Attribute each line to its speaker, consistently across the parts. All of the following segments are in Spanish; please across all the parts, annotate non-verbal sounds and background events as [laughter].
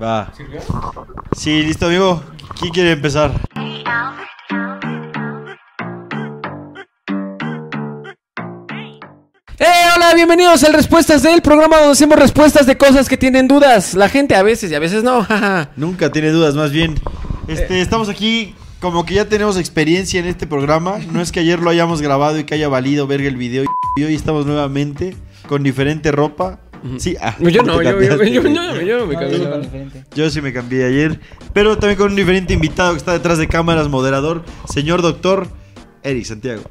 Speaker 1: Va. Sí, listo, amigo. ¿Quién quiere empezar?
Speaker 2: ¡Eh, hola! Bienvenidos al Respuestas del programa donde hacemos respuestas de cosas que tienen dudas. La gente a veces y a veces no. jaja.
Speaker 1: Nunca tiene dudas, más bien. Este, estamos aquí como que ya tenemos experiencia en este programa. No es que ayer lo hayamos grabado y que haya valido ver el video. Y hoy estamos nuevamente con diferente ropa. Sí, ah,
Speaker 2: yo
Speaker 1: te
Speaker 2: no, yo, yo,
Speaker 1: cambiaste.
Speaker 2: yo, yo, yo no me
Speaker 3: No,
Speaker 2: cambié.
Speaker 3: yo con diferente.
Speaker 1: [laughs] Yo sí me cambié ayer, pero también con un diferente invitado que está detrás de cámaras, moderador, señor doctor Eric Santiago,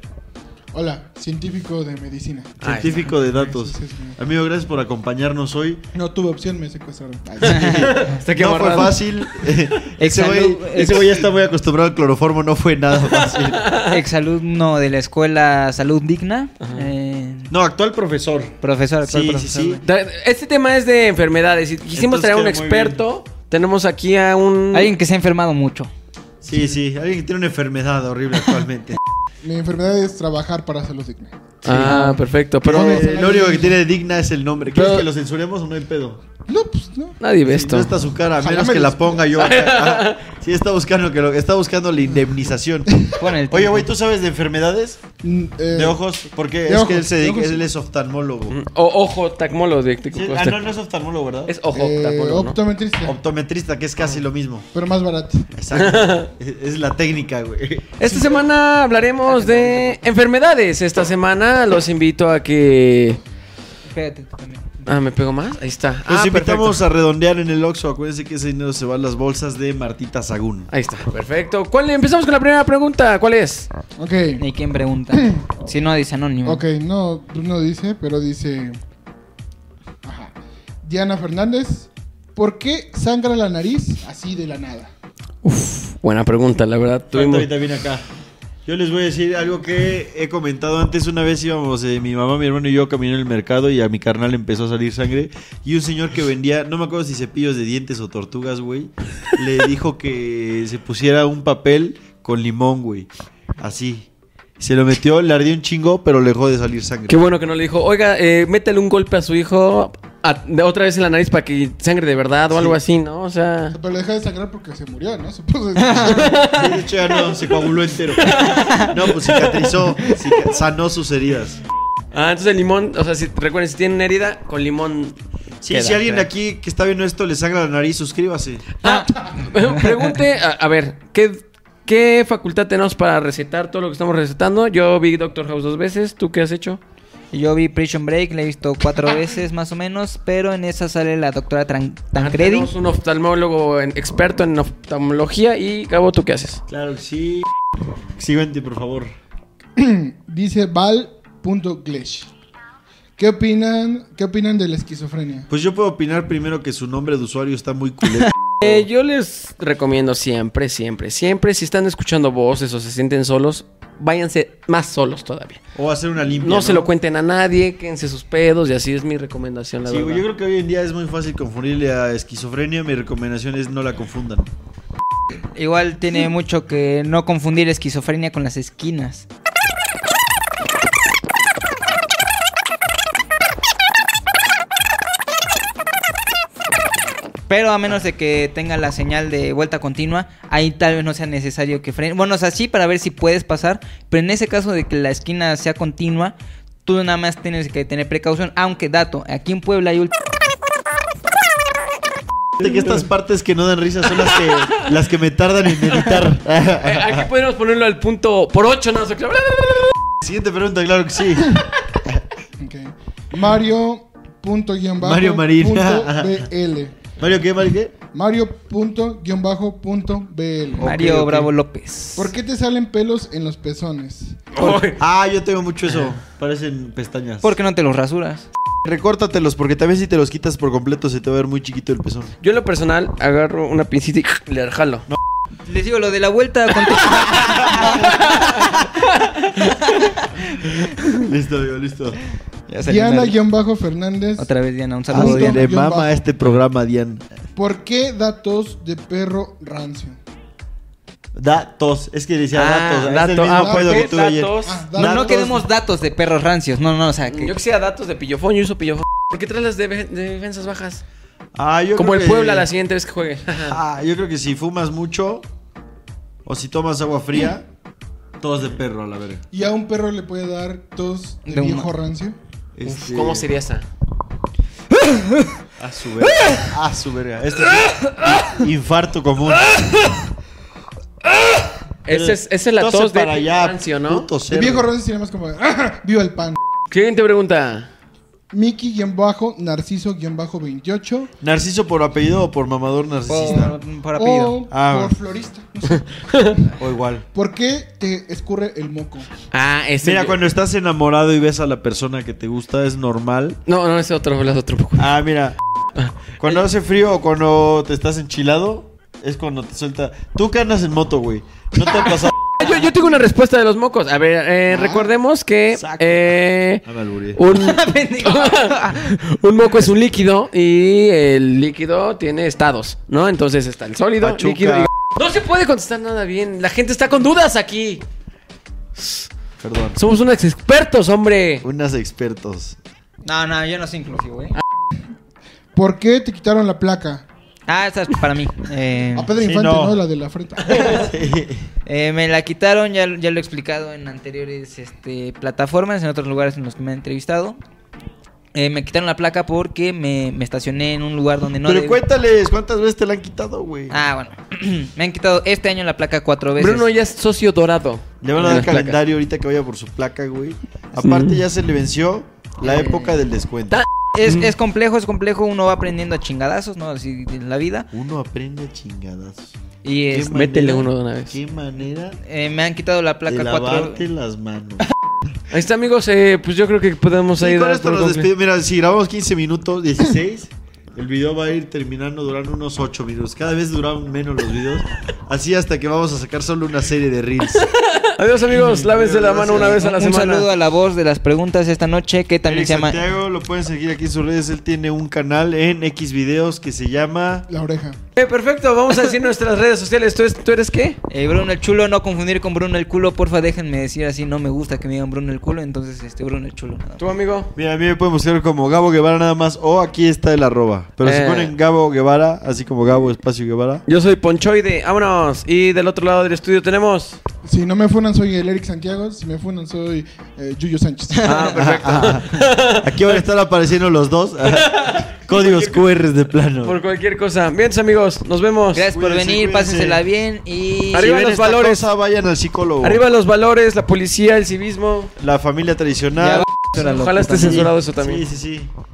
Speaker 4: Hola, científico de medicina.
Speaker 2: Ay,
Speaker 1: científico de datos.
Speaker 4: Sí, sí, sí.
Speaker 1: Amigo, gracias por acompañarnos hoy.
Speaker 4: No tuve opción,
Speaker 2: [laughs]
Speaker 4: me secuestraron.
Speaker 2: Hasta que
Speaker 1: no
Speaker 2: amarrado.
Speaker 1: fue
Speaker 4: [laughs]
Speaker 1: fácil. [laughs] ese
Speaker 3: Exhaló,
Speaker 1: güey ese güey ya está muy acostumbrado al cloroformo, no fue
Speaker 4: [laughs]
Speaker 1: nada fácil.
Speaker 3: Exalumno de la escuela Salud Digna. eh,
Speaker 1: No, actual profesor.
Speaker 3: profesor, actual
Speaker 1: Sí, sí,
Speaker 3: profesor.
Speaker 1: sí.
Speaker 3: güey.
Speaker 2: Da- Este tema es de enfermedades. y Quisimos
Speaker 1: Entonces
Speaker 2: traer a un
Speaker 1: queda muy bien.
Speaker 2: experto. Tenemos aquí a un.
Speaker 3: Alguien que se ha enfermado mucho.
Speaker 1: Sí, sí, alguien que tiene una enfermedad horrible actualmente.
Speaker 4: [laughs] Mi enfermedad es trabajar para salud digna.
Speaker 2: Ah, perfecto. Pero
Speaker 4: No,
Speaker 1: Eh, lo único que tiene de digna es el nombre. ¿Quieres que lo censuremos o no hay pedo?
Speaker 4: No, pues no.
Speaker 2: nadie ve
Speaker 1: Sí,
Speaker 2: esto.
Speaker 1: No está su cara, a
Speaker 4: Ojalá
Speaker 1: menos
Speaker 4: me
Speaker 1: que la
Speaker 4: des-
Speaker 1: ponga
Speaker 4: [laughs]
Speaker 1: yo. acá. Ah, sí, está buscando que lo, está buscando la indemnización.
Speaker 3: Pon
Speaker 1: Oye,
Speaker 3: el tiempo.
Speaker 1: güey, ¿tú sabes de enfermedades?
Speaker 4: Mm, eh,
Speaker 1: De ojos, porque
Speaker 4: de
Speaker 1: es
Speaker 4: ojos,
Speaker 1: que él, se
Speaker 4: de
Speaker 1: dedica-
Speaker 4: ojos. Mm,
Speaker 1: él es oftalmólogo.
Speaker 2: O- ojo, tacmolo de, de-
Speaker 1: Sí, ah,
Speaker 4: este.
Speaker 1: no, no es oftalmólogo, ¿verdad?
Speaker 2: Es ojo,
Speaker 4: eh,
Speaker 2: tacmólogo, ¿no?
Speaker 4: optometrista,
Speaker 1: optometrista, que es
Speaker 4: Ah.
Speaker 1: casi lo mismo.
Speaker 4: pero más barato.
Speaker 1: [laughs] Exacto. es, es la técnica, güey.
Speaker 2: Esta semana hablaremos de enfermedades. Esta semana los invito a que.
Speaker 3: Espérate tú también.
Speaker 2: Ah, ¿me pego más? Ahí está.
Speaker 1: Los
Speaker 2: ah,
Speaker 1: invitamos
Speaker 2: perfecto.
Speaker 1: a redondear en el Oxxo. Acuérdense que ese dinero se va a las bolsas de Martita Sagún.
Speaker 2: Ahí está, perfecto. ¿Cuál, empezamos con la primera pregunta. ¿Cuál es?
Speaker 4: Ok,
Speaker 3: ¿Y
Speaker 1: [coughs]
Speaker 3: quién pregunta? Si no, dice anónimo.
Speaker 4: ok, no, pues no dice, pero dice... Ajá. Diana Fernández, ¿por qué sangra la nariz así de la nada?
Speaker 2: Buena pregunta, la verdad.
Speaker 1: Ahorita,
Speaker 2: Tuvimos...
Speaker 1: ahorita viene acá. Yo les voy a decir algo que he comentado antes. Una vez íbamos, eh, mi mamá, mi hermano y yo caminando en el mercado y a mi carnal empezó a salir sangre. Y un señor que vendía, no me acuerdo si cepillos de dientes o tortugas, [laughs] güey, le dijo que se pusiera un papel con limón, güey. Así. Se lo metió, le ardió un chingo, pero le dejó de salir sangre.
Speaker 2: Qué bueno que no le dijo, oiga, eh, métele un golpe a su hijo a- de otra vez en la nariz para que sangre de verdad o algo así, ¿no? O sea.
Speaker 4: Pero deja de sangrar porque se murió, ¿no?
Speaker 2: [laughs]
Speaker 4: Supongo.
Speaker 1: Sí, de hecho ya no, se coaguló entero. No, pues cicatrizó, cica- sanó sus heridas.
Speaker 2: Ah, entonces el limón, o sea, si recuerden, si tienen herida, con limón.
Speaker 1: Sí,
Speaker 2: queda,
Speaker 1: si alguien
Speaker 2: creo.
Speaker 1: aquí que está viendo esto le sangra la nariz, suscríbase.
Speaker 2: Ah, [laughs] pregunte, a, a ver, ¿qué, ¿qué facultad tenemos para recetar todo lo que estamos recetando? Yo vi Doctor House dos veces, ¿tú qué has hecho?
Speaker 3: Yo vi Prison Break, la he visto cuatro veces más o menos, pero en esa sale la doctora Tran- Tancredi.
Speaker 2: Tenemos un oftalmólogo en- experto en oftalmología y Gabo, ¿tú qué haces?
Speaker 1: Claro que sí. Siguiente, por favor.
Speaker 4: dice Val.glesh. ¿Qué opinan, ¿Qué opinan de la esquizofrenia?
Speaker 1: Pues yo puedo opinar primero que su nombre de usuario está muy culero.
Speaker 2: Eh, yo les recomiendo siempre, siempre, siempre, si están escuchando voces o se sienten solos, váyanse más solos todavía.
Speaker 1: o hacer una limpia.
Speaker 2: No se lo cuenten a nadie, quédense sus pedos y así es mi recomendación, la
Speaker 1: Sí,
Speaker 2: verdad.
Speaker 1: güey, yo creo que hoy en día es muy fácil confundirle a esquizofrenia. Mi recomendación es no la confundan.
Speaker 3: Igual tiene mucho que no confundir esquizofrenia con las esquinas. Pero a menos de que tenga la señal de vuelta continua, ahí tal vez no sea necesario que frene. Bueno, o sea, sí para ver si puedes pasar, pero en ese caso de que la esquina sea continua, tú nada más tienes que tener precaución. Aunque dato, aquí en Puebla hay un...
Speaker 1: Fíjate que estas partes que no dan risa son las que, las que me tardan en [laughs] meditar.
Speaker 2: Eh, aquí podemos ponerlo al punto por 8, no sé qué.
Speaker 1: Siguiente pregunta, claro que sí.
Speaker 4: Ok. Mario. Punto guión bajo,
Speaker 1: Mario Marín.
Speaker 4: Punto
Speaker 1: [laughs]
Speaker 4: BL.
Speaker 1: Mario, ¿qué, Mario, qué?
Speaker 4: Mario punto guión bajo punto BL.
Speaker 3: Mario
Speaker 1: ok.
Speaker 3: Bravo López.
Speaker 4: ¿Por qué te salen pelos en los pezones?
Speaker 1: Ah, yo tengo mucho eso. Parecen pestañas.
Speaker 3: ¿Por qué no te los rasuras?
Speaker 1: Recórtatelos, porque también si te los quitas por completo se te va a ver muy chiquito el pezón.
Speaker 2: Yo en lo personal agarro una pincita y [clears throat] le jalo.
Speaker 3: Les digo, lo de la [laughs] vuelta continua.
Speaker 1: [laughs] Listo, amigo, listo.
Speaker 3: Ya salió
Speaker 4: Diana
Speaker 3: una-
Speaker 4: guión bajo Fernández.
Speaker 3: Otra vez Diana, un saludo
Speaker 4: Punto.
Speaker 1: Hasta
Speaker 3: Diana.
Speaker 1: le
Speaker 4: guión bajo.
Speaker 1: mama a este programa, Dian.
Speaker 4: ¿Por qué da tos de perro rancio?
Speaker 1: Datos, es que decía
Speaker 2: Ah,
Speaker 1: datos. es el
Speaker 2: dato.
Speaker 1: mismo
Speaker 2: Ah,
Speaker 1: pedo
Speaker 2: ¿por
Speaker 1: que
Speaker 2: qué
Speaker 1: tuve ayer.
Speaker 2: datos?
Speaker 4: Ah, da
Speaker 3: No, no
Speaker 1: datos.
Speaker 3: queremos datos de perros rancios, no, no, o sea que...
Speaker 2: Yo quisiera datos de pillofón, yo uso pillofón. ¿Por qué traes las de, de defensas bajas?
Speaker 1: Ah, yo
Speaker 2: Como
Speaker 1: creo
Speaker 2: el
Speaker 1: que-
Speaker 2: Puebla la siguiente vez que juegue. [laughs]
Speaker 1: Ah, yo creo que si fumas mucho o si tomas agua fría, todos de perro a la verga.
Speaker 4: ¿Y a un perro le puede dar tos de,
Speaker 3: De una-
Speaker 4: viejo rancio?
Speaker 1: Este-
Speaker 2: ¿Cómo sería esa?
Speaker 1: A su verga. A su verga. Este es un infarto común.
Speaker 2: Esa es, esa es la
Speaker 1: Tose
Speaker 2: tos de
Speaker 1: para allá,
Speaker 2: rancio, ¿no?
Speaker 1: puto
Speaker 4: De
Speaker 1: cerdo.
Speaker 4: viejo rancio sería más como... "Ah, ¡Viva el pan!
Speaker 2: Siguiente pregunta.
Speaker 4: Miki-Narciso-28
Speaker 1: Narciso por apellido o por mamador narcisista.
Speaker 3: Por, por apellido. Oh.
Speaker 4: [laughs] o
Speaker 1: Ah,
Speaker 4: por
Speaker 1: bueno.
Speaker 4: florista. no sé.
Speaker 1: O igual.
Speaker 4: ¿Por qué te escurre el moco?
Speaker 2: Ah, ese.
Speaker 1: Mira, cuando estás enamorado y ves a la persona que te gusta, es normal.
Speaker 2: No, no, ese otro, el otro.
Speaker 1: Ah, mira. Cuando hace frío o cuando te estás enchilado, es cuando te suelta. Tú que andas en moto, güey. No te ha
Speaker 2: [laughs]
Speaker 1: pasado.
Speaker 2: Ah, Yo, yo tengo una respuesta de los mocos. A ver, eh,
Speaker 1: Ah,
Speaker 2: recordemos que
Speaker 1: Saco.
Speaker 2: eh,
Speaker 1: Ah, me albureé.
Speaker 2: un, [laughs]
Speaker 3: Pendejo.
Speaker 2: un moco es un líquido y el líquido tiene estados, ¿no? Entonces está el sólido,
Speaker 1: Pachuca.
Speaker 2: líquido y... No se puede contestar nada bien. La gente está con dudas aquí.
Speaker 1: Perdón.
Speaker 2: Somos unos expertos, hombre.
Speaker 1: Unas expertos.
Speaker 3: No, no, yo no soy inclusivo, ¿eh? güey.
Speaker 4: ¿Por qué te quitaron la placa?
Speaker 3: Ah, esa es para mí. Eh,
Speaker 4: A Pedro
Speaker 1: Sí,
Speaker 4: Infante,
Speaker 1: no.
Speaker 4: no. La de la frente.
Speaker 3: eh, me la quitaron, ya, ya lo he explicado en anteriores este, plataformas, en otros lugares en los que me han entrevistado. Eh, me quitaron la placa porque me, me estacioné en un lugar donde no...
Speaker 1: Pero
Speaker 3: debí-
Speaker 1: cuéntales, ¿cuántas veces te la han quitado, güey?
Speaker 3: Ah, bueno. [clears throat] me han quitado este año la placa cuatro veces.
Speaker 2: Bruno ya es socio dorado.
Speaker 1: Le van a
Speaker 2: de
Speaker 1: dar
Speaker 2: las placas.
Speaker 1: calendario ahorita que vaya por su placa, güey. Aparte ya se le venció
Speaker 3: Eh.
Speaker 1: la época del descuento.
Speaker 2: Ta-
Speaker 3: Es, es complejo, es complejo. Uno va aprendiendo a chingadazos, ¿no? Así en la vida.
Speaker 1: Uno aprende a chingadas.
Speaker 3: Y
Speaker 1: Qué
Speaker 3: es-
Speaker 1: manera-
Speaker 2: métele uno de una vez.
Speaker 1: Qué manera
Speaker 3: eh, me han quitado la
Speaker 1: de
Speaker 3: placa cuatro
Speaker 1: lavarte las
Speaker 3: [laughs]
Speaker 1: manos.
Speaker 2: Ahí está, amigos. eh, pues yo creo que podemos
Speaker 1: Sí,
Speaker 2: ahí
Speaker 1: con
Speaker 2: dar
Speaker 1: esto nos
Speaker 2: por conclu-
Speaker 1: despedimos. Mira, si grabamos 15 minutos, 16, el video va a ir terminando durando unos 8 minutos. Cada vez duran menos los videos. Así hasta que vamos a sacar solo una serie de reels.
Speaker 2: Adiós, amigos. Lávense la mano una vez Pues, a
Speaker 3: Un
Speaker 2: la semana.
Speaker 3: saludo a la voz de las preguntas esta noche que [laughs] también
Speaker 1: Eric
Speaker 3: se llama
Speaker 1: Eh, Santiago, lo pueden seguir aquí en sus redes. Él tiene un canal en X videos que se llama...
Speaker 4: La oreja.
Speaker 2: Eh, perfecto, vamos a decir nuestras redes sociales. ¿Tú, es- tú eres qué?
Speaker 3: eh, Bruno el Chulo. No confundir con Bruno el Culo, porfa, déjenme decir así. No me gusta que me digan Bruno el Culo, entonces este Bruno el Chulo. nada más.
Speaker 2: ¿Tu amigo?
Speaker 1: Mira, a mí me pueden buscar como Gabo Guevara nada más o aquí está el arroba. Pero si
Speaker 2: Eh.
Speaker 1: ponen Gabo Guevara, así como Gabo Espacio Guevara.
Speaker 2: Yo soy Ponchoide, vámonos. Y del otro lado del estudio tenemos.
Speaker 4: Si no me funan, soy el Eric Santiago. Si me funan, soy eh, Yuyo Sánchez.
Speaker 2: Ah, perfecto.
Speaker 1: [laughs] Aquí van a estar apareciendo los dos.
Speaker 2: [laughs]
Speaker 1: [laughs] Códigos QR de plano.
Speaker 2: Por cualquier cosa. Bien, amigos, nos vemos.
Speaker 3: Gracias por
Speaker 1: Cuídense,
Speaker 3: venir,
Speaker 1: cuídense.
Speaker 3: pásensela bien y.
Speaker 1: Si
Speaker 2: Arriba
Speaker 1: ven
Speaker 2: los
Speaker 1: esta
Speaker 2: valores.
Speaker 1: cosa, vayan al psicólogo.
Speaker 2: Arriba los valores, la policía, el civismo.
Speaker 1: La familia tradicional.
Speaker 3: Ya
Speaker 2: Ojalá
Speaker 3: va,
Speaker 2: esté
Speaker 3: puta madre.
Speaker 2: este censurado eso
Speaker 1: Sí,
Speaker 2: también.
Speaker 1: sí, sí.